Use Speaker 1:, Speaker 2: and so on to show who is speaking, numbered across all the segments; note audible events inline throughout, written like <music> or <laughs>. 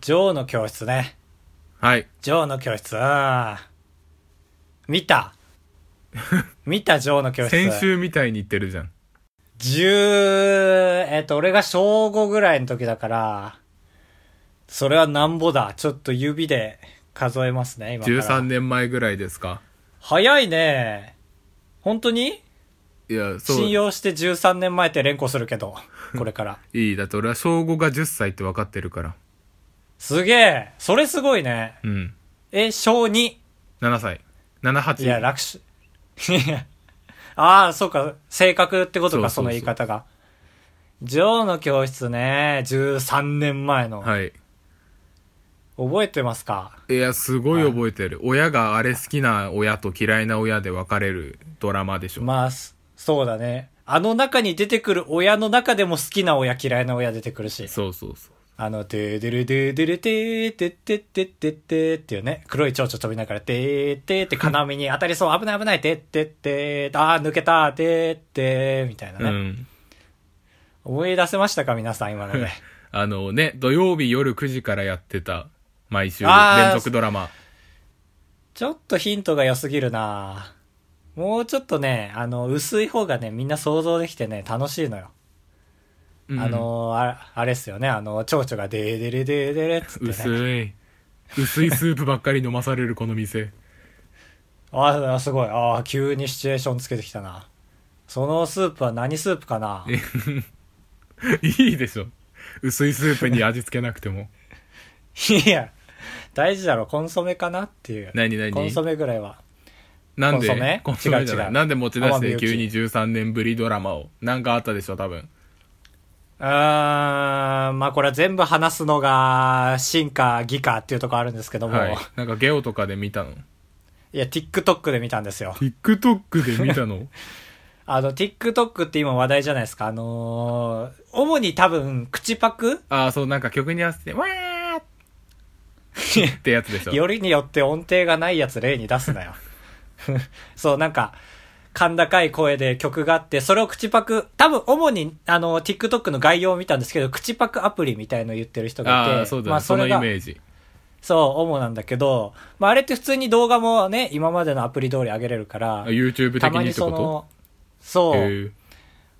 Speaker 1: ジョーの教室ね。
Speaker 2: はい。
Speaker 1: ジョーの教室。うん見
Speaker 2: <laughs>
Speaker 1: た。見た、ジョーの教室。
Speaker 2: 先週みたいに言ってるじゃん。
Speaker 1: 十、えっと、俺が小5ぐらいの時だから、それはなんぼだ。ちょっと指で数えますね、今から。
Speaker 2: 13年前ぐらいですか。
Speaker 1: 早いね。本当に
Speaker 2: いや、そう。
Speaker 1: 信用して13年前って連呼するけど、これから。
Speaker 2: いい。だって俺は小5が10歳って分かってるから。
Speaker 1: すげえ。それすごいね。
Speaker 2: うん。
Speaker 1: え、小2。
Speaker 2: 7歳。7、8。
Speaker 1: いや、楽し、ああ、そうか、性格ってことか、そ
Speaker 2: そうそうそう
Speaker 1: の言い方が。ジョーの教室ね、13年前の。
Speaker 2: はい。
Speaker 1: 覚えてますか
Speaker 2: いや、すごい覚えてる。親があれ好きな親と嫌いな親で分かれるドラマでしょ。
Speaker 1: まあ、そそうだね。あの中に出てくる親の中でも好きな親嫌いな親出てくるし。
Speaker 2: そうそうそう。
Speaker 1: あの、デーデルデーデルデーデッデッデッデッデーっていうね、黒い蝶々飛びながら、デーデーって金網に当たりそう、危ない危ない、デッデッデー、あー抜けた、デーデー、みたいな
Speaker 2: う
Speaker 1: ね。
Speaker 2: ん。
Speaker 1: 思い出せましたか皆さん、今のね。
Speaker 2: あのね、土曜日夜9時からやってた、毎週
Speaker 1: あー
Speaker 2: 連続ドラマ。
Speaker 1: ちょっとヒントが良すぎるなもうちょっとね、あの、薄い方がね、みんな想像できてね、楽しいのよ。
Speaker 2: うん
Speaker 1: あ、の、ああれっすよね、あの、蝶々がデーデレデーデレっつってね。
Speaker 2: 薄い。薄いスープばっかり飲まされるこの店。
Speaker 1: ああ、すごい。ああ、急にシチュエーションつけてきたな。そのスープは何スープかない
Speaker 2: <laughs> いでしょ。薄いスープに味付けなくても。
Speaker 1: <laughs> いや、大事だろ、コンソメかなっていう。
Speaker 2: 何何
Speaker 1: コンソメぐらいは。
Speaker 2: なんで
Speaker 1: コンソメ違う
Speaker 2: じゃない
Speaker 1: 違う
Speaker 2: なんで持ち出し
Speaker 1: 天海
Speaker 2: て
Speaker 1: 祐希
Speaker 2: 急に13年ぶりドラマを。なんかあったでしょ、多分。
Speaker 1: うーん、まあこれは全部話すのが、進化、義化っていうところあるんですけども、
Speaker 2: はい
Speaker 1: い、。
Speaker 2: なんかゲオとかで見たの。
Speaker 1: や、TikTok で見たんですよ。
Speaker 2: TikTok で見たの
Speaker 1: あの、TikTok って今話題じゃないですか。あのー主に多分、口パク
Speaker 2: <laughs> ああ、そう、なんか曲に合わせて、わーってやつ
Speaker 1: <laughs>
Speaker 2: でしょ。
Speaker 1: よりによって音程がないやつ例に出すなよ。 <laughs> そう、なんか、甲高い声で曲があって、それを口パク、多分主に、あの、TikTok の概要を見たんですけど、口パクアプリみたいのを言ってる人がいて、
Speaker 2: ああ、そうだ、ね
Speaker 1: まあ、
Speaker 2: そ
Speaker 1: そ
Speaker 2: の
Speaker 1: れ
Speaker 2: イ
Speaker 1: が、
Speaker 2: メージ。
Speaker 1: そう、主なんだけど、まあ、あれって普通に動画もね、今までのアプリ通り上げれるから
Speaker 2: あ、YouTube 的
Speaker 1: たま
Speaker 2: に
Speaker 1: に
Speaker 2: って
Speaker 1: そ
Speaker 2: こ
Speaker 1: の、そ
Speaker 2: と
Speaker 1: う、
Speaker 2: へえ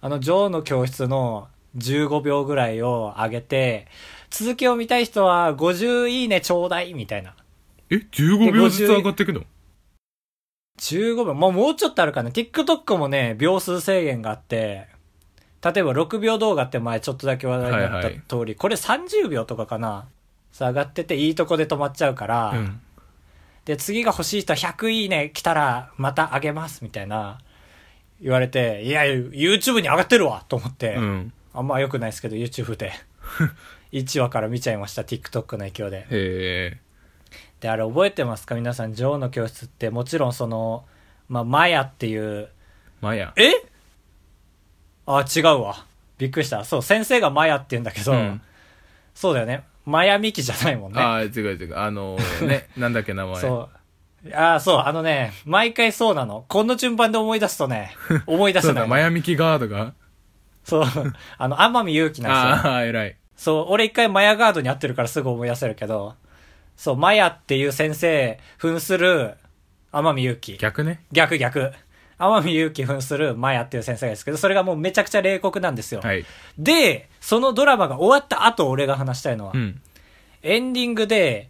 Speaker 1: あの、女王の教室の15秒ぐらいを上げて、続きを見たい人は50いいねちょうだいみたいな。
Speaker 2: え、15秒ずつ上がっていくの
Speaker 1: 15秒、もうもうちょっとあるかな。TikTok もね、秒数制限があって、例えば6秒動画って前ちょっとだけ話題になった
Speaker 2: はい
Speaker 1: 通り、これ30秒とかかな。さあ上がってていいとこで止まっちゃうから、
Speaker 2: うん。
Speaker 1: で、次が欲しい人は100いいね来たらまたあげますみたいな言われて、いや、YouTube に上がってるわと思って、
Speaker 2: うん。
Speaker 1: あんま良くないですけど、YouTube で。1話から見ちゃいました、TikTok の影響で。
Speaker 2: へえ。
Speaker 1: で、あれ覚えてますか皆さん、女王の教室って、もちろんその、まあ、マヤっていう、
Speaker 2: まあや。
Speaker 1: えあ、違うわ。びっくりした。そう、先生がマヤって言うんだけど、
Speaker 2: うん
Speaker 1: そうだよね。マヤミキじゃないもんね。
Speaker 2: ああ、違う違う。あの
Speaker 1: <laughs>
Speaker 2: ーね、なんだっけ名前。
Speaker 1: そう。ああ、そう、あのね、毎回そうなの。この順番で思い出すとね、思い出
Speaker 2: そ
Speaker 1: せ
Speaker 2: う
Speaker 1: な
Speaker 2: だ、
Speaker 1: い
Speaker 2: マ
Speaker 1: の。
Speaker 2: ヤミキガードが。
Speaker 1: そう、あの、天海祐希なんですよ。
Speaker 2: ああ、偉い。
Speaker 1: そう、俺一回マヤガードに会ってるからすぐ思い出せるけど、そう、マヤっていう先生、扮する、天海祐希。
Speaker 2: 逆ね。
Speaker 1: 逆逆。天海祐希扮するマヤっていう先生がですけど、それがもうめちゃくちゃ冷酷なんですよ。
Speaker 2: はい。
Speaker 1: で、そのドラマが終わった後俺が話したいのは、
Speaker 2: うん。
Speaker 1: エンディングで、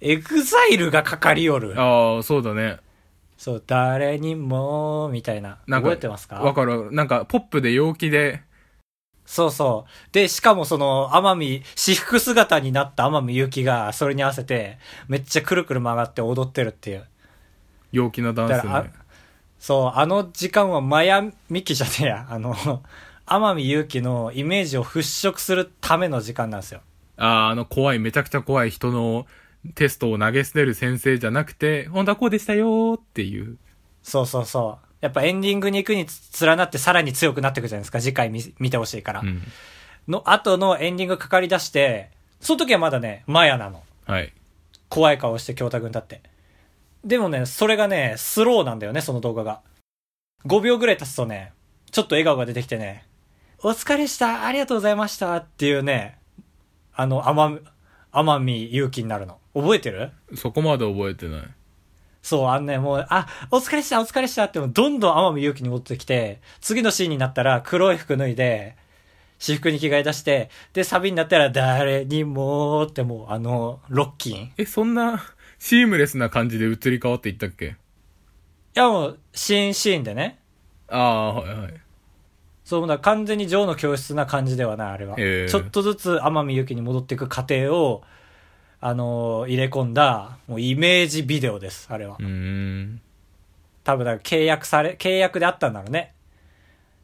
Speaker 1: エグザイルがかかりよる。
Speaker 2: ああ、そうだね。
Speaker 1: そう、誰にも、みたいな。
Speaker 2: なんか
Speaker 1: 覚えてますか
Speaker 2: わかる。なんか、ポップで陽気で、
Speaker 1: そうそう。で、しかもその、天海、私服姿になった天海祐希が、それに合わせて、めっちゃくるくる曲がって踊ってるっていう。
Speaker 2: 陽気なダン
Speaker 1: だ
Speaker 2: ス
Speaker 1: から、あ
Speaker 2: ね。
Speaker 1: そう、あの時間はマヤミキじゃねえや。 <laughs> あの、天海祐希のイメージを払拭するための時間なんですよ。
Speaker 2: ああ、あの、怖い、めちゃくちゃ怖い人のテストを投げ捨てる先生じゃなくて、本当はこうでしたよーっていう。
Speaker 1: そうそうそう。やっぱエンディングに行くにつ連なってさらに強くなっていくじゃないですか。次回見見てほしいから。
Speaker 2: うん。
Speaker 1: の後のエンディングかかり出して、その時はまだね、マヤなの。
Speaker 2: はい。
Speaker 1: 怖い顔して京太くんだって。でもね、それがね、スローなんだよね、その動画が。5秒ぐらい経つとね、ちょっと笑顔が出てきてね、お疲れした、ありがとうございましたっていうね、あの、天、天海祐希になるの。覚えてる
Speaker 2: そこまで覚えてない。
Speaker 1: そう、あのね、もう、あ、お疲れした、お疲れしたって、もうどんどん天海祐希に戻ってきて、次のシーンになったら黒い服脱いで、私服に着替え出して、で、サビになったら誰にもってもう、あの、ロッキン。い
Speaker 2: え、そんな、シームレスな感じで移り変わっていったっけ
Speaker 1: や、もう、シーンシーンでね。
Speaker 2: ああ、はいはい。
Speaker 1: そう、だから完全にジョーの教室な感じではない、あれは。
Speaker 2: へー
Speaker 1: ちょっとずつ天海祐希に戻っていく過程を、あの入れ込んだ、もうイメージビデオです、あれは
Speaker 2: う。ーん。
Speaker 1: 多分だから契約され契約であったんだろうね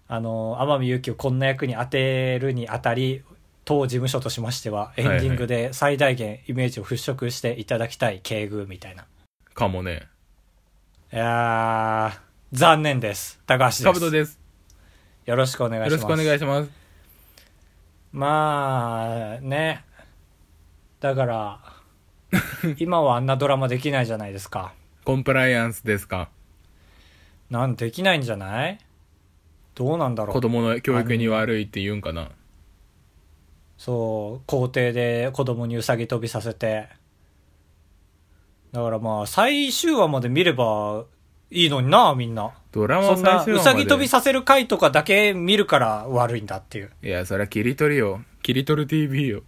Speaker 1: あの天海祐希をこんな役に当てるにあたり当事務所としましてはエン
Speaker 2: いはい
Speaker 1: ディングで最大限イメージを払拭していただきたい境遇みたいな、
Speaker 2: かもね。
Speaker 1: い、やー残念です高橋で
Speaker 2: カブ
Speaker 1: す
Speaker 2: トです。
Speaker 1: よろしくお願い
Speaker 2: よ
Speaker 1: します
Speaker 2: ろしくお願いします。
Speaker 1: まあねだから
Speaker 2: <laughs>
Speaker 1: 今はあんなドラマできないじゃないですか
Speaker 2: コンプライアンスですか
Speaker 1: なんできないんじゃないどうなんだろう
Speaker 2: 子供の教育に悪いって言うんかな
Speaker 1: そう校庭で子供にうさぎ跳びさせてだからまあ最終話まで見ればいいのになみんな
Speaker 2: ドラマ
Speaker 1: そ
Speaker 2: を
Speaker 1: ん
Speaker 2: 最
Speaker 1: な
Speaker 2: 終
Speaker 1: う
Speaker 2: 話
Speaker 1: さ
Speaker 2: ま
Speaker 1: ぎ
Speaker 2: で
Speaker 1: 跳びさせる回とかだけ見るから悪いんだっていう
Speaker 2: いや、そりゃ切り取りよ。切り取る TV よ。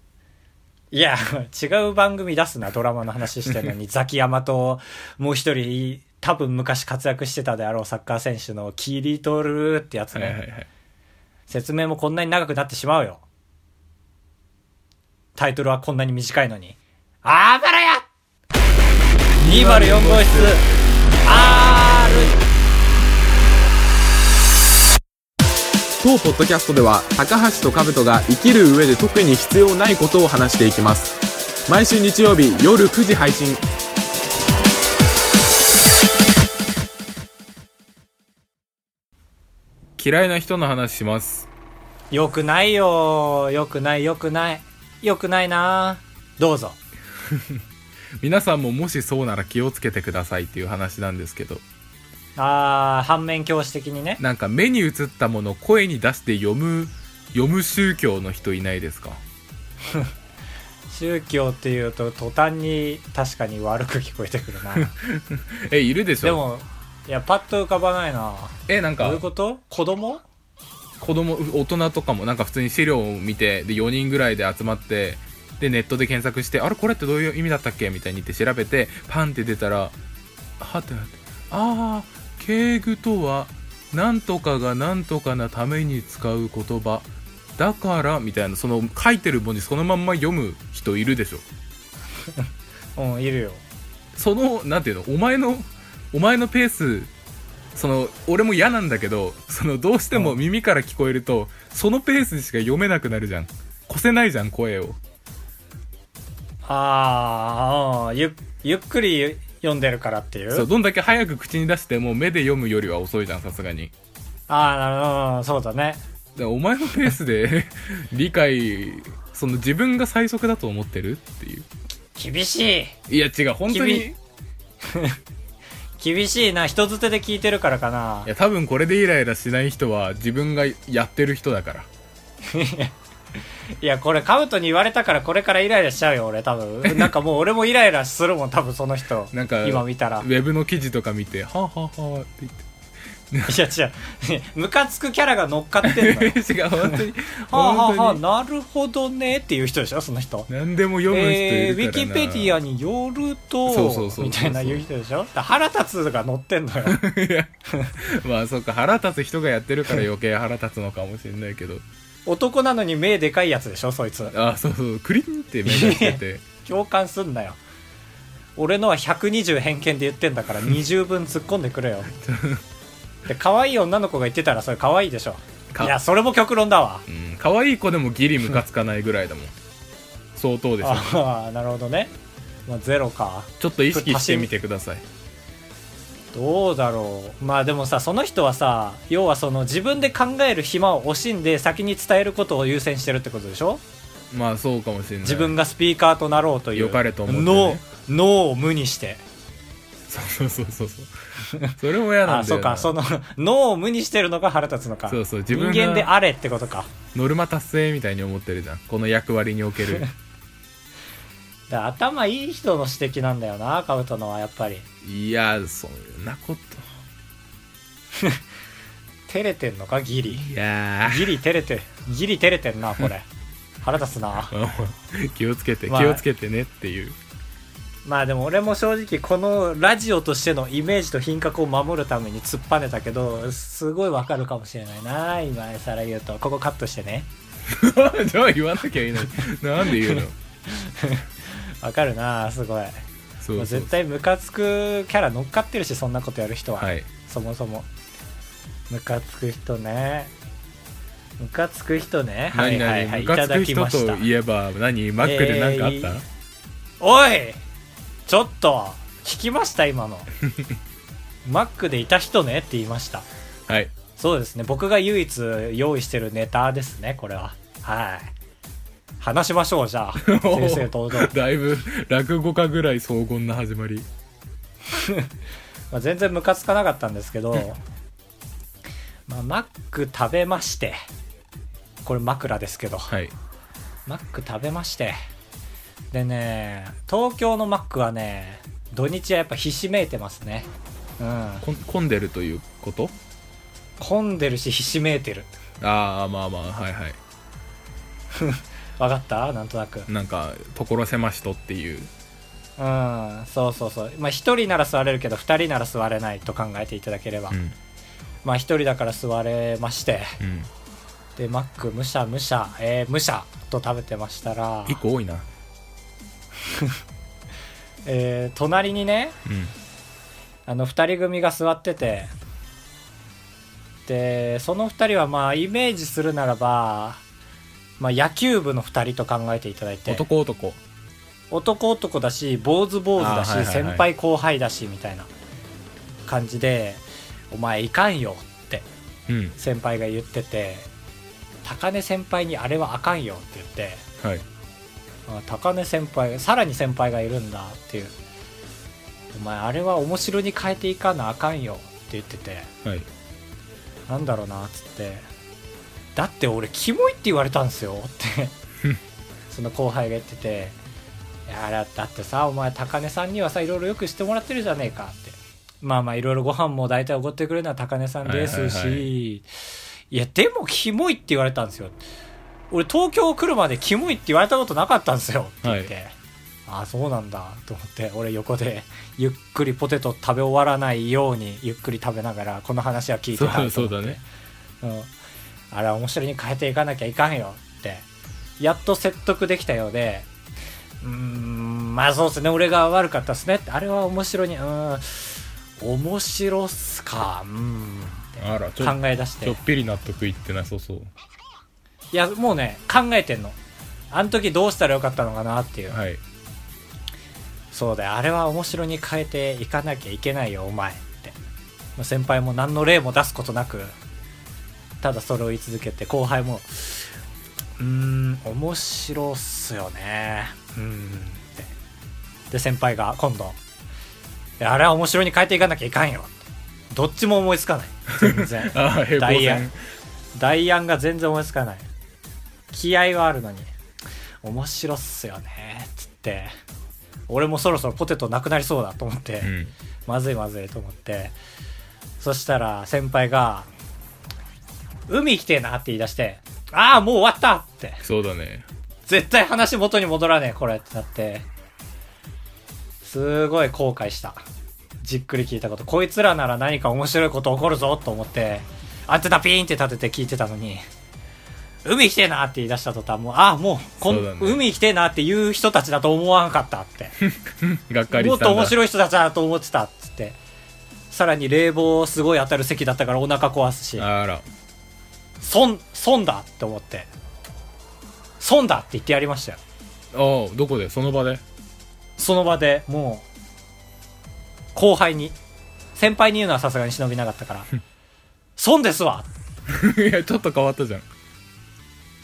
Speaker 1: いや違う番組出すなドラマの話してるのにザキヤマともう一人多分昔活躍してたであろうサッカー選手のキリトルってやつ
Speaker 2: は
Speaker 1: ね、
Speaker 2: いはいはい。
Speaker 1: 説明もこんなに長くなってしまうよタイトルはこんなに短いのにあばらや204号室 R
Speaker 3: 当ポッドキャストでは高橋と兜が生きる上で特に必要ないことを話していきます毎週日曜日夜9時配信
Speaker 2: 嫌いな人の話します。
Speaker 1: よくないよよくないよくないよくないなどうぞ
Speaker 2: 皆さんももしそうなら気をつけてくださいっていう話なんですけど、
Speaker 1: あー反面教師的にね
Speaker 2: なんか目に映ったものを声に出して読む、読む宗教の人いないですか
Speaker 1: 宗教っていうと途端に確かに悪く聞こえてくるな
Speaker 2: え、いるでしょ
Speaker 1: でもいやパッと浮かばないな
Speaker 2: え、なん
Speaker 1: どうい
Speaker 2: か
Speaker 1: う、こと子供
Speaker 2: 子供、大人とかもなんか普通に資料を見て、で、4人ぐらいで集まって、で、ネットで検索して、あれこれってどういう意味だったっけみたいに言って調べて、パンって出たら、はてはて、あー、敬具とは、なんとかがなんとかなために使う言葉。だから、みたいな、その書いてる文字そのまんま読む人いるでしょ。
Speaker 1: うんいるよ
Speaker 2: その、なんていうの、お前の、お前のペース、その、俺も嫌なんだけど、その、どうしても耳から聞こえると、そのペースしか読めなくなるじゃん。越せないじゃん、声を。
Speaker 1: ああ、ゆゆっくり読んでるからってい
Speaker 2: そう、
Speaker 1: う。
Speaker 2: どんだけ早く口に出しても、目で読むよりは遅いじゃん、さすがに。
Speaker 1: ああ、なるほど、そうだね。
Speaker 2: だからお前のペースで、 <laughs> 理解、その自分が最速だと思ってるっていう。
Speaker 1: 厳しい。
Speaker 2: いや、違う、本当に。
Speaker 1: 君
Speaker 2: い
Speaker 1: 厳しいな、人づてで聞いてるからかな。
Speaker 2: や、多分これでイライラしない人は、自分がやってる人だから。
Speaker 1: いや、これカウトに言われたからこれからイライラしちゃうよ、俺多分。なんかもう俺もイライラするもん、多分その人。
Speaker 2: なんか、
Speaker 1: 今見たら。
Speaker 2: ウ
Speaker 1: い
Speaker 2: ェブの記事とか見て、はあ、はあはあ、って言って。
Speaker 1: や、違う。 <laughs> ムカつくキャラが乗っかってんのよ。
Speaker 2: <laughs> 違う本当に
Speaker 1: <laughs> はあはあはあ、
Speaker 2: 本当に
Speaker 1: なるほどねっていう人でしょ、その人。
Speaker 2: 何でも読む人い
Speaker 1: えー
Speaker 2: る
Speaker 1: ウ
Speaker 2: か
Speaker 1: ィ
Speaker 2: らな、
Speaker 1: キペディアによると
Speaker 2: そうそうそうそう
Speaker 1: みたいな言う人でしょだから腹立つが乗ってん
Speaker 2: <laughs>
Speaker 1: のよ
Speaker 2: まあそっか腹立つ人がやってるから余計腹立つのかもしれないけど
Speaker 1: 男なのに目でかいやつでしょそいつ
Speaker 2: あそうそうクリンって目立ってて
Speaker 1: 共感すんなよ俺のは120偏見で言ってんだ
Speaker 2: <laughs>
Speaker 1: から20分突っ込んでくれよで可愛い女の子が言ってたらそれ可愛いでしょ <laughs> い
Speaker 2: か
Speaker 1: やそれも極論だわ
Speaker 2: うん、可愛い子でもギリムカつかないぐらいだもん相当ですよ
Speaker 1: ああなるほどね、まあ、ゼロか
Speaker 2: ちょっと意識してみてください
Speaker 1: どうだろうまあでもさその人はさ要はその自分で考える暇を惜しんで先に伝えることを優先してるってことでしょ
Speaker 2: まあそうかもしれない
Speaker 1: 自分がスピーカーとなろうという
Speaker 2: 良かれと思ってね
Speaker 1: 脳脳を無にして
Speaker 2: そうそうそうそうそれも嫌
Speaker 1: ああ
Speaker 2: なんだ
Speaker 1: そ
Speaker 2: よ
Speaker 1: う
Speaker 2: な
Speaker 1: かその脳を無にしてるのが腹立つのか
Speaker 2: そうそう自分が
Speaker 1: 人間であれってことか <laughs>
Speaker 2: ノルマ達成みたいに思ってるじゃんこの役割における
Speaker 1: だから頭いい人の指摘なんだよな、カブトのはやっぱり。
Speaker 2: いやそんなこと
Speaker 1: 照れてんのか、ギリ。
Speaker 2: いや
Speaker 1: ギリ照れて、ギリ照れてんな、
Speaker 2: <laughs>
Speaker 1: これ。腹立つな。
Speaker 2: ー <laughs> 気をつけて気
Speaker 1: まあ
Speaker 2: をつけてねっていう、 <laughs>
Speaker 1: まあでも俺も正直このラジオとしてのイメージと品格を守るために突っぱねたけど、すごいわかるかもしれないな、今更言うと。ここカットしてね。
Speaker 2: じゃあ言わなきゃいいのになんで
Speaker 1: <laughs>
Speaker 2: 言うの
Speaker 1: わかるな、すごい。
Speaker 2: そう
Speaker 1: もう
Speaker 2: そう
Speaker 1: 絶対ムカつくキャラ乗っかってるし、そんなことやる人は。
Speaker 2: はい
Speaker 1: そもそも。ムカつく人ね。ムカつく人ね。は
Speaker 2: 何
Speaker 1: い
Speaker 2: 々、
Speaker 1: はいはい。いた
Speaker 2: ムカつ
Speaker 1: だ
Speaker 2: く
Speaker 1: き
Speaker 2: 人
Speaker 1: ました
Speaker 2: と。いえば何マックで何かあった、
Speaker 1: えおいちょっと聞きました今
Speaker 2: <laughs>
Speaker 1: の。マックでいた人ねって言いました。
Speaker 2: はい
Speaker 1: そうですね。僕が唯一用意してるネタですね、これは。はい。話しましょう、じゃあ。 <laughs> 先生登場。
Speaker 2: <laughs> だいぶ落語家ぐらい荘厳な始まり
Speaker 1: まあ、全然ムカつかなかったんですけど、まあ、マック食べましてこれ枕ですけど、
Speaker 2: はい
Speaker 1: マック食べましてでね東京のマックはね土日はやっぱひしめいてますねうん
Speaker 2: こん混んでるということ
Speaker 1: 混んでるしひしめいてる
Speaker 2: ああまあまあはいはい
Speaker 1: わかったなんとなく
Speaker 2: なんか所狭しとっていう
Speaker 1: うんそうそうそうまあ一人なら座れるけど二人なら座れないと考えていただければ、
Speaker 2: うん
Speaker 1: まあ一人だから座れまして
Speaker 2: うん
Speaker 1: でマックむしゃむしゃえー、むしゃと食べてましたら
Speaker 2: 一個多いな
Speaker 1: えー隣にね
Speaker 2: うん
Speaker 1: あの2人組が座っててでその2人はまあイメージするならば、まあ、野球部の2人と考えていただいて
Speaker 2: 男男
Speaker 1: 男男だし坊主坊主だし、
Speaker 2: あーはいはいはい
Speaker 1: 先輩後輩だしみたいな感じで「お前いかんよ」って
Speaker 2: うん
Speaker 1: 先輩が言ってて高根先輩に「あれはあかんよ」って言って。
Speaker 2: はい
Speaker 1: あ高根先輩さらに先輩がいるんだっていうお前あれは面白に変えていかなあかんよって言ってて
Speaker 2: はい
Speaker 1: なんだろうなっつってだって俺キモいって言われたんですよって
Speaker 2: <laughs>
Speaker 1: その後輩が言ってていやあれだってさお前高根さんにはさいろいろよくしてもらってるじゃねえかってまあまあいろいろご飯も大体おごってくれるのは高根さんですし、
Speaker 2: はい
Speaker 1: い
Speaker 2: はいはい
Speaker 1: やでもキモいって言われたんですよ俺東京来るまでキモいって言われたことなかったんですよって言って、ああそうなんだと思って俺横でゆっくりポテト食べ終わらないようにゆっくり食べながらこの話は聞いて
Speaker 2: そ
Speaker 1: たと思っ
Speaker 2: う
Speaker 1: て
Speaker 2: そうだね
Speaker 1: うん、あれは面白いに変えていかなきゃいかんよってやっと説得できたようでうーんまあそうですね俺が悪かったですねってあれは面白いにうーん面白っすかうーん
Speaker 2: あらちょ
Speaker 1: 考え出し
Speaker 2: ち
Speaker 1: て
Speaker 2: ょっぴり納得いってなさそう
Speaker 1: いやもうね考えてんのあの時どうしたらよかったのかなっていう、
Speaker 2: はい
Speaker 1: そうだよあれは面白に変えていかなきゃいけないよお前ってまあ先輩も何の例も出すことなくただそれを言い続けて後輩もうーん面白っすよねうーんってで先輩が今度いやあれは面白に変えていかなきゃいかんよってどっちも思いつかない全然
Speaker 2: ああ平
Speaker 1: ダ
Speaker 2: 行
Speaker 1: イア
Speaker 2: 線
Speaker 1: ンダイアンが全然思いつかない気合はあるのに面白っすよねっつって俺もそろそろポテトなくなりそうだと思って、
Speaker 2: うん
Speaker 1: まずいまずいと思ってそしたら先輩が「海行きてえな」って言い出して「ああもう終わった!」って
Speaker 2: そうだね
Speaker 1: 絶対話元に戻らねえこれってなってすごい後悔したじっくり聞いたことこいつらなら何か面白いこと起こるぞと思ってアンテナピーンって立てて聞いてたのに海来てえなって言い出した途端もうああもうこん
Speaker 2: そうだね
Speaker 1: 海来てえなって言う人たちだと思わなかったって
Speaker 2: がっかり
Speaker 1: もっ
Speaker 2: したんだ
Speaker 1: と面白い人たちだと思ってたっつってさらに冷房すごい当たる席だったからお腹壊すし
Speaker 2: あら
Speaker 1: 損損だって思って損だって言ってやりましたよ
Speaker 2: おうどこでその場で <laughs>
Speaker 1: その場でもう後輩に先輩に言うのはさすがに忍びなかったから「損ですわ
Speaker 2: いやちょっと変わったじゃん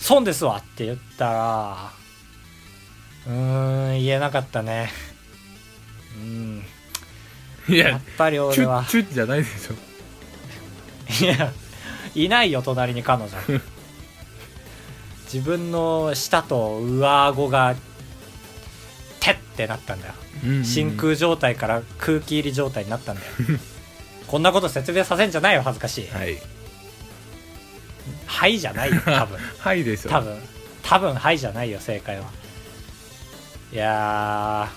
Speaker 1: 損ですわ」って言ったらうーん言えなかったねうん
Speaker 2: い
Speaker 1: や
Speaker 2: や
Speaker 1: っぱり
Speaker 2: チ
Speaker 1: 俺
Speaker 2: ュ <laughs>
Speaker 1: は
Speaker 2: ッチュッじゃないでしょ
Speaker 1: いやいないよ隣に彼女自分の舌と上顎がてっってなったんだよ。
Speaker 2: うん
Speaker 1: 真空状態から空気入り状態になったん
Speaker 2: <laughs>
Speaker 1: だよ。こんなこと説明させんじゃないよ、恥ずかしい。
Speaker 2: はい
Speaker 1: はいじゃ
Speaker 2: <laughs>
Speaker 1: ないよ、多分。
Speaker 2: はいですよ
Speaker 1: 多分多分はいじゃないよ正解はいや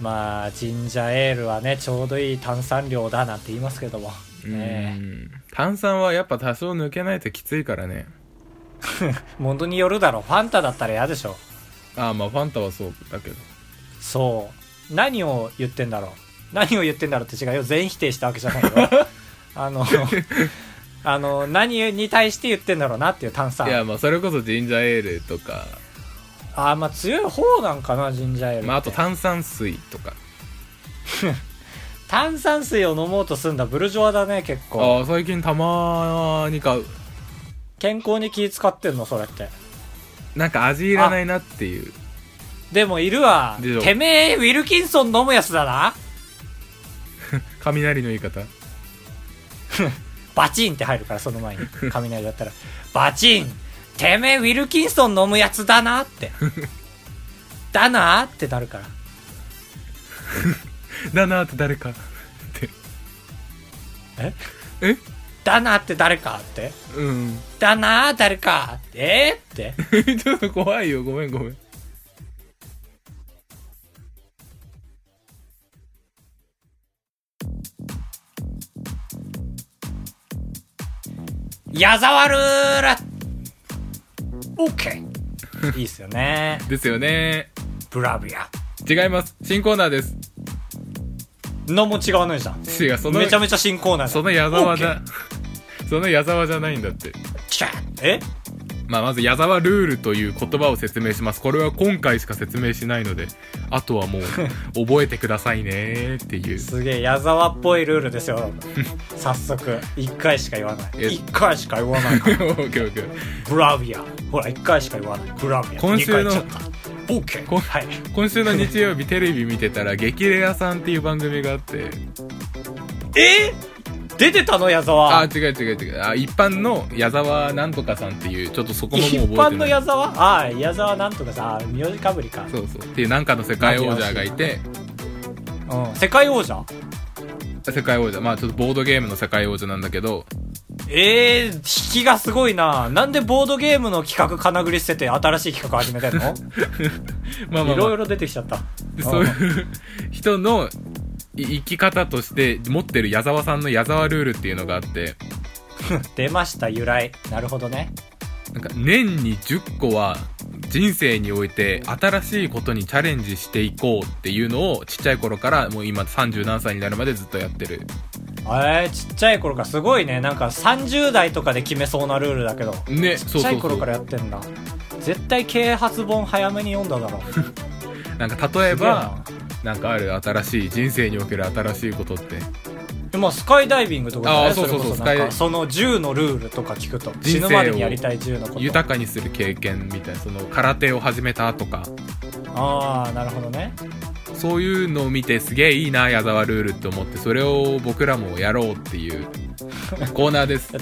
Speaker 1: ーまあジンジャーエールはねちょうどいい炭酸量だなんて言いますけどもね
Speaker 2: うん炭酸はやっぱ多少抜けないときついからね
Speaker 1: ものによるだろファンタだったら嫌でしょ
Speaker 2: ああまあファンタはそうだけど
Speaker 1: そう何を言ってんだろう何を言ってんだろうって違うよ全否定したわけじゃ
Speaker 2: <laughs>
Speaker 1: ないよあのあの何に対して言ってんだろうなっていう炭酸
Speaker 2: いやまあそれこそジンジャーエールとか、
Speaker 1: あーまあ強い方なんかなジンジャーエールって
Speaker 2: まあ、あと炭酸水とか
Speaker 1: 炭酸水を飲もうとすんだブルジョアだね結構
Speaker 2: ああ最近たまに買う
Speaker 1: 健康に気使ってんのそれって
Speaker 2: なんか味いらないなっていう
Speaker 1: でもいるわ
Speaker 2: でしょ
Speaker 1: てめえウィルキンソン飲むやつだな
Speaker 2: 雷の言い方
Speaker 1: バチンって入るからその
Speaker 2: <laughs>
Speaker 1: 前に雷だったらバチンてめえウィルキンソン飲むやつだなって
Speaker 2: <laughs>
Speaker 1: だなってなるから
Speaker 2: だなーって誰かって
Speaker 1: え
Speaker 2: え
Speaker 1: だなって誰かって
Speaker 2: うん
Speaker 1: だな誰かえーって
Speaker 2: <laughs> ちょっと怖いよごめんごめん
Speaker 1: 矢沢ルールオッケーいいっすよね
Speaker 2: ですよね
Speaker 1: ブラビア
Speaker 2: 違います新コーナーです
Speaker 1: のも違わないじゃん
Speaker 2: 違うその
Speaker 1: めちゃめちゃ新コーナーだ
Speaker 2: その矢
Speaker 1: オ
Speaker 2: 沢
Speaker 1: ッケー
Speaker 2: だ <laughs> その矢沢じゃないんだって
Speaker 1: チャッえ
Speaker 2: まあ、まず矢沢ルールという言葉を説明しますこれは今回しか説明しないのであとはもう覚えてくださいねっていう
Speaker 1: すげえ矢沢っぽいルールです
Speaker 2: <laughs>
Speaker 1: よ早速1回しか言わない
Speaker 2: え
Speaker 1: 1回しか言わないから
Speaker 2: <laughs> オッケーオッケー
Speaker 1: ブラビアほら1回しか言わないブラビア
Speaker 2: 今
Speaker 1: 二回
Speaker 2: 週
Speaker 1: 言
Speaker 2: の
Speaker 1: っちゃったオッケー
Speaker 2: こ
Speaker 1: はい
Speaker 2: 今週の日曜日テレビ見てたら「激レアさん」っていう番組があって
Speaker 1: えー出てたの矢沢
Speaker 2: あ違う違う違うあ一般の矢沢なんとかさんっていうちょっとそこも
Speaker 1: 一
Speaker 2: もう
Speaker 1: 般
Speaker 2: 覚えて
Speaker 1: の
Speaker 2: ない
Speaker 1: 矢沢ああ矢沢なんとかさあー名字かぶりか
Speaker 2: そうそうっていうなんかの世界王者がいて
Speaker 1: うん世界王者
Speaker 2: 世界王者まあちょっとボードゲームの世界王者なんだけど
Speaker 1: えー、引きがすごいななんでボードゲームの企画金繰り捨てて新しい企画始め
Speaker 2: <laughs>
Speaker 1: てんの
Speaker 2: まあまあ、
Speaker 1: い
Speaker 2: まあ
Speaker 1: ろい、ろ出てきちゃった
Speaker 2: でそういう人のい生き方として持ってる矢沢さんの矢沢ルールっていうのがあって
Speaker 1: 出ました由来なるほどね
Speaker 2: なんか年に10個は人生において新しいことにチャレンジしていこうっていうのをちっちゃい頃からもう今30何歳になるまでずっとやってる
Speaker 1: えー、ちっちゃい頃からすごいねなんか30代とかで決めそうなルールだけど
Speaker 2: ね
Speaker 1: ち
Speaker 2: そ
Speaker 1: っ
Speaker 2: う
Speaker 1: ちゃ
Speaker 2: そう
Speaker 1: い
Speaker 2: そ
Speaker 1: 頃から
Speaker 2: う
Speaker 1: やってんだ絶対啓発本早めに読んだだろう
Speaker 2: なんか <laughs> 例え
Speaker 1: すげえな
Speaker 2: ばなんかある新しい人生における新しいことって
Speaker 1: でもスカイダイビングとか
Speaker 2: あ
Speaker 1: ね
Speaker 2: ーそうそう
Speaker 1: れこ
Speaker 2: そう
Speaker 1: なん
Speaker 2: スカ
Speaker 1: か
Speaker 2: イ
Speaker 1: その銃のルールとか聞くと
Speaker 2: 人生
Speaker 1: 死
Speaker 2: を
Speaker 1: ぬまでにやりたい銃のこと
Speaker 2: 豊かにする経験みたいなその空手を始めたとか
Speaker 1: ああなるほどね
Speaker 2: そういうのを見てすげえいいな矢沢ルールって思ってそれを僕らもやろうっていう <laughs> コーナ
Speaker 1: <laughs>
Speaker 2: ーです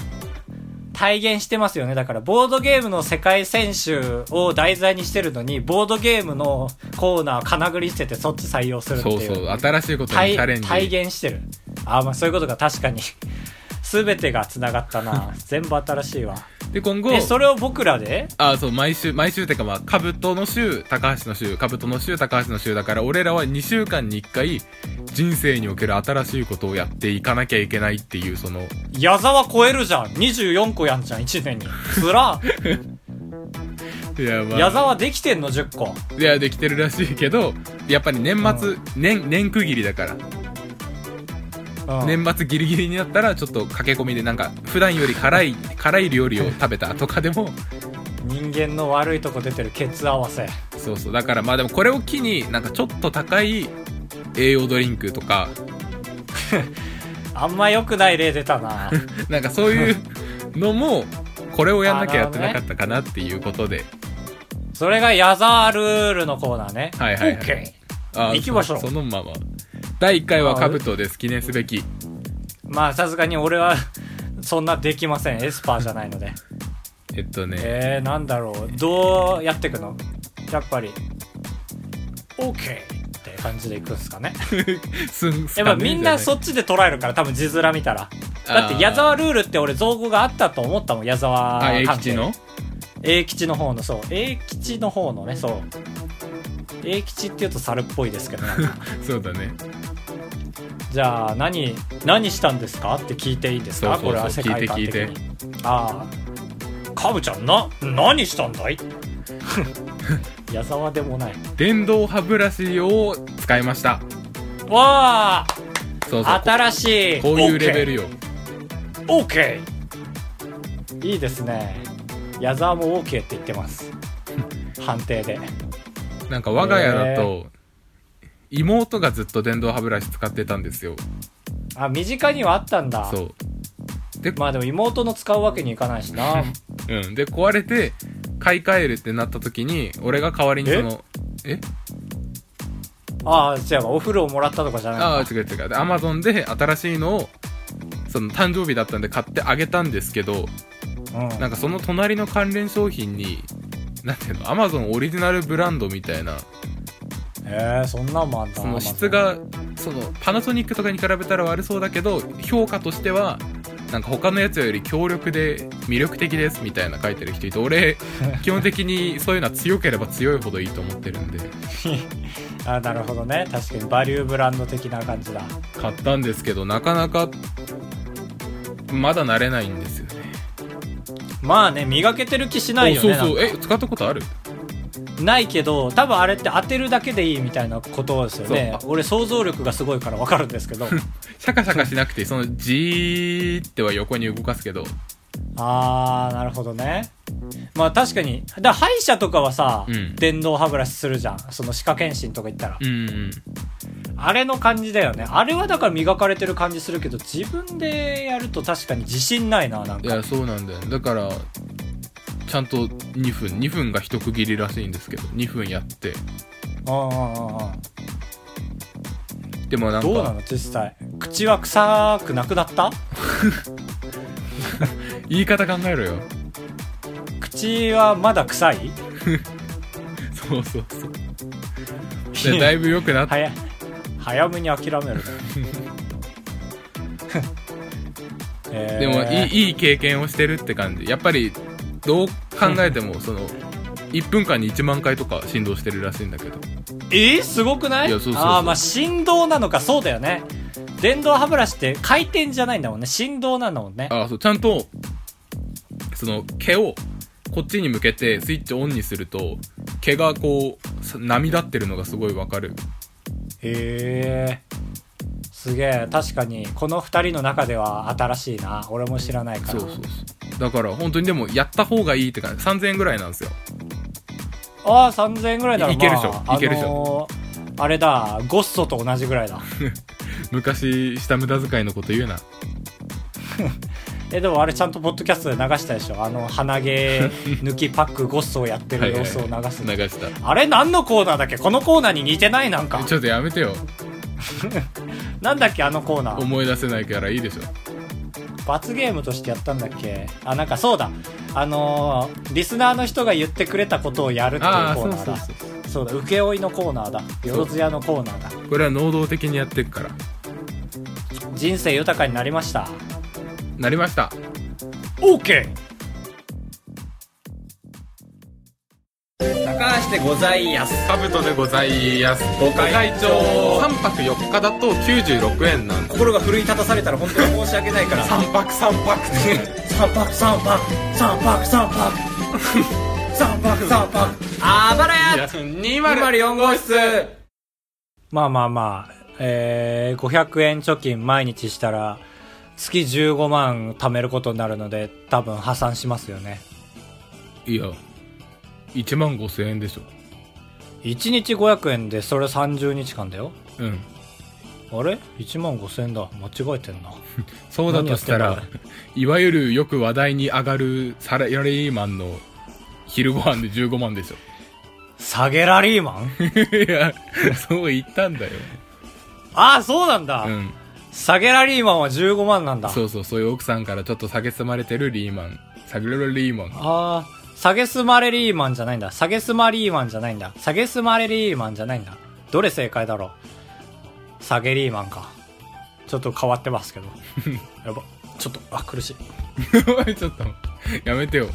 Speaker 1: 体現してますよねだからボードゲームの世界選手を題材にしてるのにボードゲームのコーナー金繰り捨ててそっち採用するってい
Speaker 2: そうそう新しいことにチャレン
Speaker 1: 体
Speaker 2: ジ
Speaker 1: 体現してるああまあそういうことが確かに <laughs> 全てがつながったな全部新しいわ
Speaker 2: で今後
Speaker 1: えそれを僕らで
Speaker 2: あそう毎週毎週ってかまあ兜の週高橋の週兜の週高橋の週だから俺らは2週間に1回人生における新しいことをやっていかなきゃいけないっていうその
Speaker 1: 矢沢超えるじゃん24個やんじゃん1年に
Speaker 2: <laughs>
Speaker 1: つら
Speaker 2: いやまあ
Speaker 1: 矢沢できてんの10個
Speaker 2: いやできてるらしいけどやっぱり年末、年年区切りだから
Speaker 1: うん
Speaker 2: 年末ギリギリになったらちょっと駆け込みでなんか普段より辛い辛い料理を食べたとかでも <laughs>
Speaker 1: 人間の悪いとこ出てるケツ合わせ
Speaker 2: そうそうだからまあでもこれを機になんかちょっと高い栄養ドリンクとか <laughs>
Speaker 1: あんま良くない例出た
Speaker 2: <laughs>
Speaker 1: な
Speaker 2: なんかそういうのもこれをやんなきゃやってなかったかなっていうこ
Speaker 1: <laughs>
Speaker 2: とで、
Speaker 1: それが矢沢ルールのコーナーね
Speaker 2: はいはいはい
Speaker 1: OK
Speaker 2: あー
Speaker 1: 行きましょう
Speaker 2: そそのまま第1回はカブトです記念すべき
Speaker 1: まあさすがに俺はそんなできませんエスパーじゃないので
Speaker 2: えっとね
Speaker 1: えー、なんだろうどうやっていくのやっぱり OK! って感じでいくんですかね。
Speaker 2: すんす
Speaker 1: やっ
Speaker 2: か
Speaker 1: ぱ
Speaker 2: ね
Speaker 1: みんな
Speaker 2: じゃ
Speaker 1: そっちで捉えるから、多分字面見たら。だって、矢沢ルールって俺造語があったと思ったもん、矢沢
Speaker 2: あ
Speaker 1: 関
Speaker 2: 英
Speaker 1: 係
Speaker 2: 吉の
Speaker 1: 英吉の方の、そう。英吉の方のね、そう。英吉って言うと猿っぽいですけど、なん
Speaker 2: <laughs>
Speaker 1: か
Speaker 2: そうだね
Speaker 1: じゃあ、何、何したんですかって聞いていいですか
Speaker 2: そうそうそう
Speaker 1: これは世界観
Speaker 2: 聞い
Speaker 1: 的
Speaker 2: て
Speaker 1: に。ああ。カブちゃん、な、何したんだ
Speaker 2: <laughs>
Speaker 1: い矢沢でもない。
Speaker 2: 電動歯ブラシを使いました
Speaker 1: わあ
Speaker 2: そうそうこ
Speaker 1: 新しい
Speaker 2: こういうレベルよ
Speaker 1: OK, OK いいですね矢沢も OK って言ってます
Speaker 2: <laughs>
Speaker 1: 判定で
Speaker 2: なんか我が家だと妹がずっと電動歯ブラシ使ってたんですよ
Speaker 1: あ身近にはあったんだ
Speaker 2: そう
Speaker 1: まあでも妹の使うわけにいかないしな
Speaker 2: うん、で壊れて買い替えるってなった時に俺が代わりにそのえ
Speaker 1: ああ違うわお風呂をもらったとかじゃない
Speaker 2: ああ違う違うでアマゾンで新しいのをその誕生日だったんで買ってあげたんですけど
Speaker 1: うん、
Speaker 2: なんかその隣の関連商品になんていうのアマゾンオリジナルブランドみたいな
Speaker 1: えー、そんなんもあんだ
Speaker 2: その質がそのパナソニックとかに比べたら悪そうだけど評価としてはなんか他のやつより強力で魅力的ですみたいな書いてる人い
Speaker 1: <laughs>
Speaker 2: て俺基本的にそういうのは強ければ強いほどいいと思ってるんで
Speaker 1: あなるほどね確かにバリューブランド的な感じだ
Speaker 2: 買ったんですけどなかなかまだ慣れないんですよね
Speaker 1: まあね磨けてる気しないよね
Speaker 2: おそうそう
Speaker 1: なん
Speaker 2: え使ったことある
Speaker 1: かないけど多分あれって当てるだけでいいみたいなことですよね
Speaker 2: そ
Speaker 1: 俺想像力がすごいから分かるんですけ
Speaker 2: <laughs>
Speaker 1: ど
Speaker 2: シャカシャカしなくてそのジーっては横に動かすけど
Speaker 1: あー、なるほどね。まあ確かに、だ歯医者とかはさ、
Speaker 2: うん
Speaker 1: 電動歯ブラシするじゃん。その歯科検診とか行ったら。
Speaker 2: うんうん
Speaker 1: あれの感じだよね。あれはだから磨かれてる感じするけど、自分でやると確かに自信ないな、なん
Speaker 2: い
Speaker 1: か。
Speaker 2: やそうなんだよだからちゃんと2分2分が一区切りらしいんですけど2分やって
Speaker 1: うんうんうんうん
Speaker 2: でもなんか
Speaker 1: どうなの実際。口は臭くなくなった
Speaker 2: 言い方考えろよ
Speaker 1: 口はまだ臭い
Speaker 2: そうそうそうでだいぶ良くなっ
Speaker 1: <laughs> 早い早めに諦める
Speaker 2: <laughs>
Speaker 1: ね。えー
Speaker 2: でもいいいい経験をしてるって感じやっぱりどう考えてもその1分間に1万回とか振動してるらしいんだけど
Speaker 1: えー、すごくない
Speaker 2: いやそうそうそう
Speaker 1: ああまあ振動なのかそうだよね電動歯ブラシって回転じゃないんだもんね振動なのもんね
Speaker 2: あそうちゃんとその毛をこっちに向けてスイッチオンにすると毛がこうさ波立ってるのがすごいわかる
Speaker 1: へえすげえ確かにこの2人の中では新しいな俺も知らないか
Speaker 2: そ
Speaker 1: ら
Speaker 2: うそうそうだから本当にでもやった方がいいって感じ3000円ぐらいなんですよ
Speaker 1: ああ3000円ぐらいなら、まあ、
Speaker 2: いけるでしょいけるでし
Speaker 1: ょ、あのーあれだゴッソと同じぐらいだ
Speaker 2: 昔した無駄遣いのこと言うな
Speaker 1: えでもあれちゃんとポッドキャストで流したでしょあの鼻
Speaker 2: <laughs>
Speaker 1: 毛抜きパックゴッソをやってる様子を流す、
Speaker 2: はいはい流した
Speaker 1: あれ何のコーナーだっけこのコーナーに似てないなんか
Speaker 2: ちょっとやめてよ
Speaker 1: なんだっけあのコーナー
Speaker 2: 思い出せないからいいでしょ
Speaker 1: 罰ゲームとしてやったんだっけあなんかそうだあのーリスナーの人が言ってくれたことをやるっていうコ
Speaker 2: ああそ
Speaker 1: ー
Speaker 2: う
Speaker 1: ナー
Speaker 2: そう
Speaker 1: だ
Speaker 2: そう
Speaker 1: そうだ請負いのコーナーだよろずやのコーナーだ
Speaker 2: これは能動的にやっていくから
Speaker 1: 人生豊かになりました
Speaker 2: なりました
Speaker 1: OK
Speaker 2: 高橋でございやすカブトでございやすご会長3泊4日だと96円なんで
Speaker 1: 心が奮い立たされたら本当に申し訳ないから
Speaker 2: 3泊3泊ね
Speaker 1: 三泊三泊三泊三
Speaker 2: <laughs>
Speaker 1: 泊三泊三泊
Speaker 2: あばらや204号室
Speaker 1: まあまあまあ、えー、500円貯金毎日したら月15万貯めることになるので多分破産しますよね
Speaker 2: いや1万5千円でしょ
Speaker 1: 1日500円でそれ30日間だよ
Speaker 2: うん
Speaker 1: あれ1万5000円だ間違えてんな
Speaker 2: そうだとした
Speaker 1: 何や
Speaker 2: ら
Speaker 1: って
Speaker 2: いわゆるよく話題に上がるサラリーマンの昼ご飯で15万でしょ
Speaker 1: 下げラリーマン
Speaker 2: いや <laughs> そう言ったんだよ
Speaker 1: <laughs> ああそうなんだ、
Speaker 2: うん
Speaker 1: 下げラリーマンは15万なんだ
Speaker 2: そうそうそういう奥さんからちょっと蔑まれてるリーマン下げるリーマン <laughs>
Speaker 1: ああ下げすまれリーマンじゃないんだ下げすまリーマンじゃないんだ下げすまれリーマンじゃないんだどれ正解だろうサゲリーマンか。ちょっと変わってます <laughs> けど。やば。ちょっと、あ、苦しい。
Speaker 2: おいちょっとやめてよ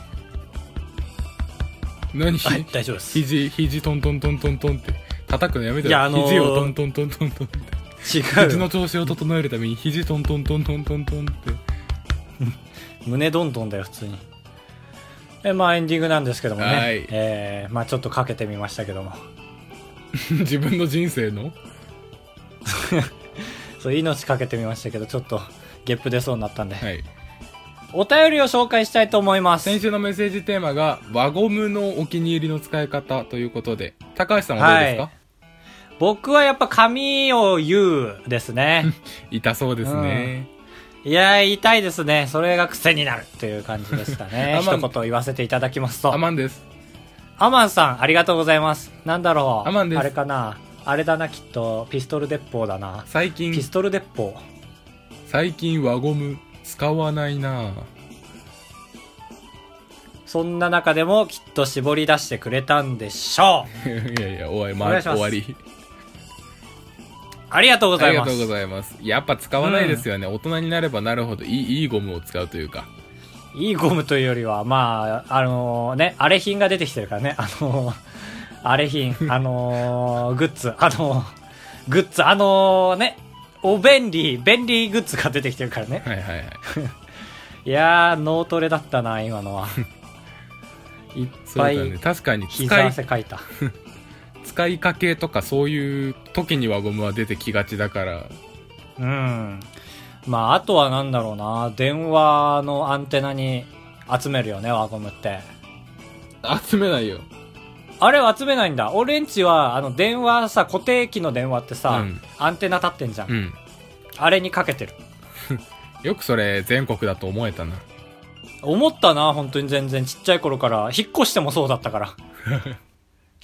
Speaker 2: 何ひ、
Speaker 1: はい、大丈夫です。 <laughs> 違
Speaker 2: 肘肘トントントントントンって叩くのやめてよ
Speaker 1: いやあのー
Speaker 2: 肘をトントントントントンって
Speaker 1: う
Speaker 2: 肘
Speaker 1: よ
Speaker 2: の。調子を整えるために肘トントントントントントンって
Speaker 1: 胸どんどんだよ、普通に。え、まあエンディングなんですけどもね。
Speaker 2: はい
Speaker 1: えー、まあちょっとかけてみましたけども。
Speaker 2: 自分の人生の
Speaker 1: そう、命かけてみましたけど、ちょっと、ゲップ出そうになったんで。
Speaker 2: はい
Speaker 1: お便りを紹介したいと思います。
Speaker 2: 先週のメッセージテーマが輪ゴムのお気に入りの使い方ということで高橋さんはどうですか、
Speaker 1: は僕はやっぱ髪を言うです
Speaker 2: <laughs>
Speaker 1: ね。
Speaker 2: 痛そうですね、
Speaker 1: いやー、痛いですね。それが癖になるという感じでしたね。
Speaker 2: <laughs> アマン
Speaker 1: 一言言わせていただきますと。
Speaker 2: アマンです
Speaker 1: アマンさん、ありがとうございます。なんだろう。
Speaker 2: アマンです
Speaker 1: あれかな。あれだな、きっと。ピストル鉄砲だな。
Speaker 2: 最近
Speaker 1: ピストル鉄砲。
Speaker 2: 最近輪ゴム使わないな <laughs> ぁ
Speaker 1: そんな中でもきっと絞り出してくれたんでしょう。
Speaker 2: いやいや、終わり、ま
Speaker 1: お願いしま
Speaker 2: 終
Speaker 1: す
Speaker 2: わり。
Speaker 1: ありがとうご
Speaker 2: あ
Speaker 1: ざい
Speaker 2: りが
Speaker 1: ます。
Speaker 2: とうございます。やっぱ使わないですよね。大人になればなるほどいい、いいゴムを使うというか。
Speaker 1: いいゴムというよりは、まあ、あのね、あれ品が出てきてるからね。あの <laughs> ーあれ
Speaker 2: <laughs>
Speaker 1: 品、あのーグッズ、あのーグッズ、あのーね、お便利、便利グッズが出てきてるから
Speaker 2: <laughs>
Speaker 1: ね。
Speaker 2: はいはいはい。
Speaker 1: いやー、脳トレだったな、今の
Speaker 2: <laughs>
Speaker 1: は。いっ
Speaker 2: そう
Speaker 1: ぱ
Speaker 2: だね。
Speaker 1: い、
Speaker 2: 確かに
Speaker 1: 膝
Speaker 2: 使い、
Speaker 1: 汗かいた。
Speaker 2: 使いかけとかそういう時にはゴムは出てきがちだから。
Speaker 1: うん。まあ、あとはなんだろうな、電話のアンテナに集めるよね、輪ゴムって。
Speaker 2: 集めないよ。
Speaker 1: あれ集めないんだ。俺んちは、あの、電話さ、固定機の電話ってさ、
Speaker 2: うん
Speaker 1: アンテナ立ってんじゃん。
Speaker 2: うん。
Speaker 1: あれにかけてる。
Speaker 2: よくそれ全国だと思えたな。
Speaker 1: 思ったな、本当に全然。ちっちゃい頃から。引っ越してもそうだった
Speaker 2: <laughs>
Speaker 1: から。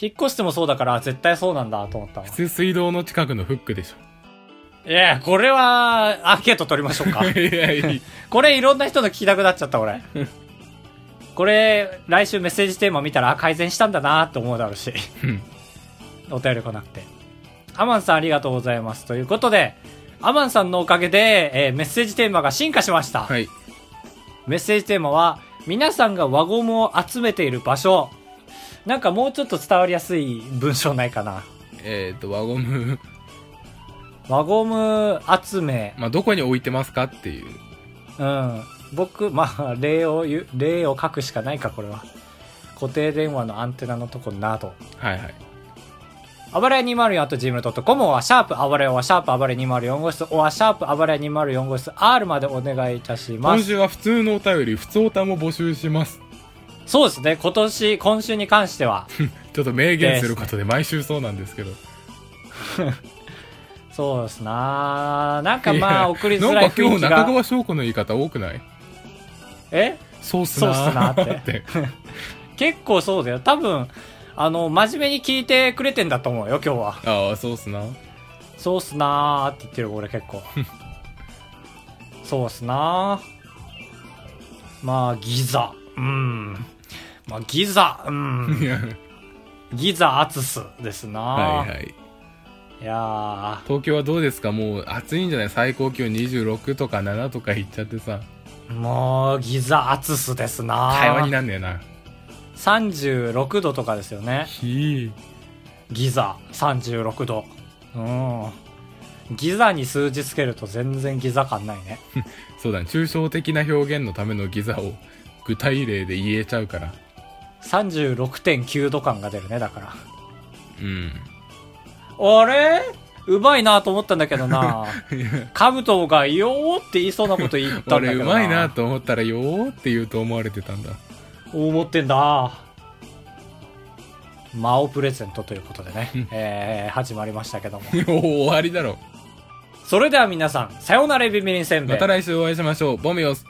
Speaker 1: 引っ越してもそうだから、絶対そうなんだ、と思ったわ。
Speaker 2: 普通水道の近くのフックでしょ。
Speaker 1: いや、これは、アンケート取りましょうか。
Speaker 2: <laughs> いやいやいい
Speaker 1: これいろんな人の聞きたくなっちゃった、
Speaker 2: <laughs>
Speaker 1: 俺。これ、来週メッセージテーマ見たら、あ改善したんだなって思うだろうし。
Speaker 2: うん
Speaker 1: お便り来なくて。アマンさんありがとうございます。ということで、アマンさんのおかげで、えーメッセージテーマが進化しました。
Speaker 2: はい。
Speaker 1: メッセージテーマは、皆さんが輪ゴムを集めている場所。なんかもうちょっと伝わりやすい文章ないかな。
Speaker 2: えっ、と、輪ゴム、 <laughs>
Speaker 1: 輪ゴム集め。
Speaker 2: まあ、どこに置いてますかっていう。
Speaker 1: うん。僕、まあ、例を言う、例を書くしかないか、これは。固定電話のアンテナのとこなど。
Speaker 2: はいはい。
Speaker 1: あばれや 204.gmail.com は、シャープあばれやは、シャープあばれ204号室、おは、シャープあばれや204号室 R までお願いいたしま
Speaker 2: 今
Speaker 1: す。
Speaker 2: 週は普通のお便り、普通おたも募集します。
Speaker 1: そうですね、今年、今週に関しては、
Speaker 2: ちょっと明言することで毎週そうなんですけど。
Speaker 1: そうですななんかま
Speaker 2: いや
Speaker 1: あ、送りづらい
Speaker 2: なんか今
Speaker 1: 雰囲
Speaker 2: 日
Speaker 1: 気
Speaker 2: 中
Speaker 1: が。
Speaker 2: 川翔子の言い方多くない
Speaker 1: え
Speaker 2: そうっすなー
Speaker 1: そうっすなーっ結構そうだよ。多分、あの、真面目に聞いてくれてんだと思うよ、今日は。 <laughs>
Speaker 2: ああ、そうっすな。
Speaker 1: そうっすなーって言ってる俺結
Speaker 2: <laughs>
Speaker 1: 構そうっすなーまあギザうんまあギザう
Speaker 2: <laughs> い
Speaker 1: ん
Speaker 2: や
Speaker 1: ギザアツスですな
Speaker 2: はい
Speaker 1: ー、
Speaker 2: はい。
Speaker 1: いや
Speaker 2: 東京はどうですかもう暑いんじゃない最高気温26とか7とかいっちゃってさ。
Speaker 1: ーもうギザアツスですなー
Speaker 2: 会話になんねえな。
Speaker 1: 36度とかですよね
Speaker 2: ひ
Speaker 1: ギザ36度うんギザに数字つけると全然ギザ感ないね
Speaker 2: ーそうだね。抽象的な表現のためのギザを具体例で言えちゃうから。
Speaker 1: 36.9度感が出るねだから
Speaker 2: <laughs> うん。
Speaker 1: あれうまいなと思ったんだけど
Speaker 2: <laughs>
Speaker 1: な。カブトがよーって言いそうなこと言ったんだ
Speaker 2: 俺
Speaker 1: けど
Speaker 2: う
Speaker 1: な。
Speaker 2: まいなと思ったらよーって言うと思われてたんだ。 <laughs>
Speaker 1: 思ってんだ。魔王プレゼントということで
Speaker 2: <laughs>
Speaker 1: ね、えー、始まりましたけども。
Speaker 2: おー終わりだろ。
Speaker 1: それでは皆さん、さようならエビミリンせんべ
Speaker 2: ま
Speaker 1: い
Speaker 2: た。来週お会いしましょう。ボミオス。